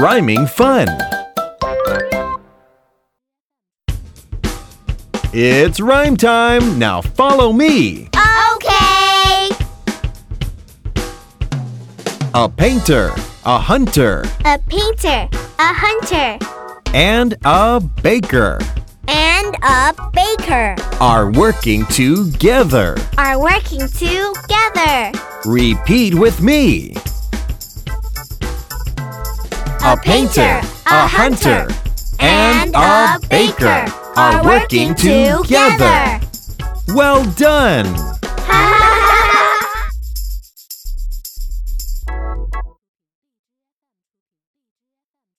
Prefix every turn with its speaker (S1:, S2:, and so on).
S1: Rhyming fun. It's rhyme time. Now follow me.
S2: Okay.
S1: A painter, a hunter,
S2: A painter, a hunter,
S1: and a baker
S2: and a baker
S1: are working together.
S2: are working together.
S1: Repeat with me.
S2: A painter, a hunter,
S1: and a baker are working together. Well done!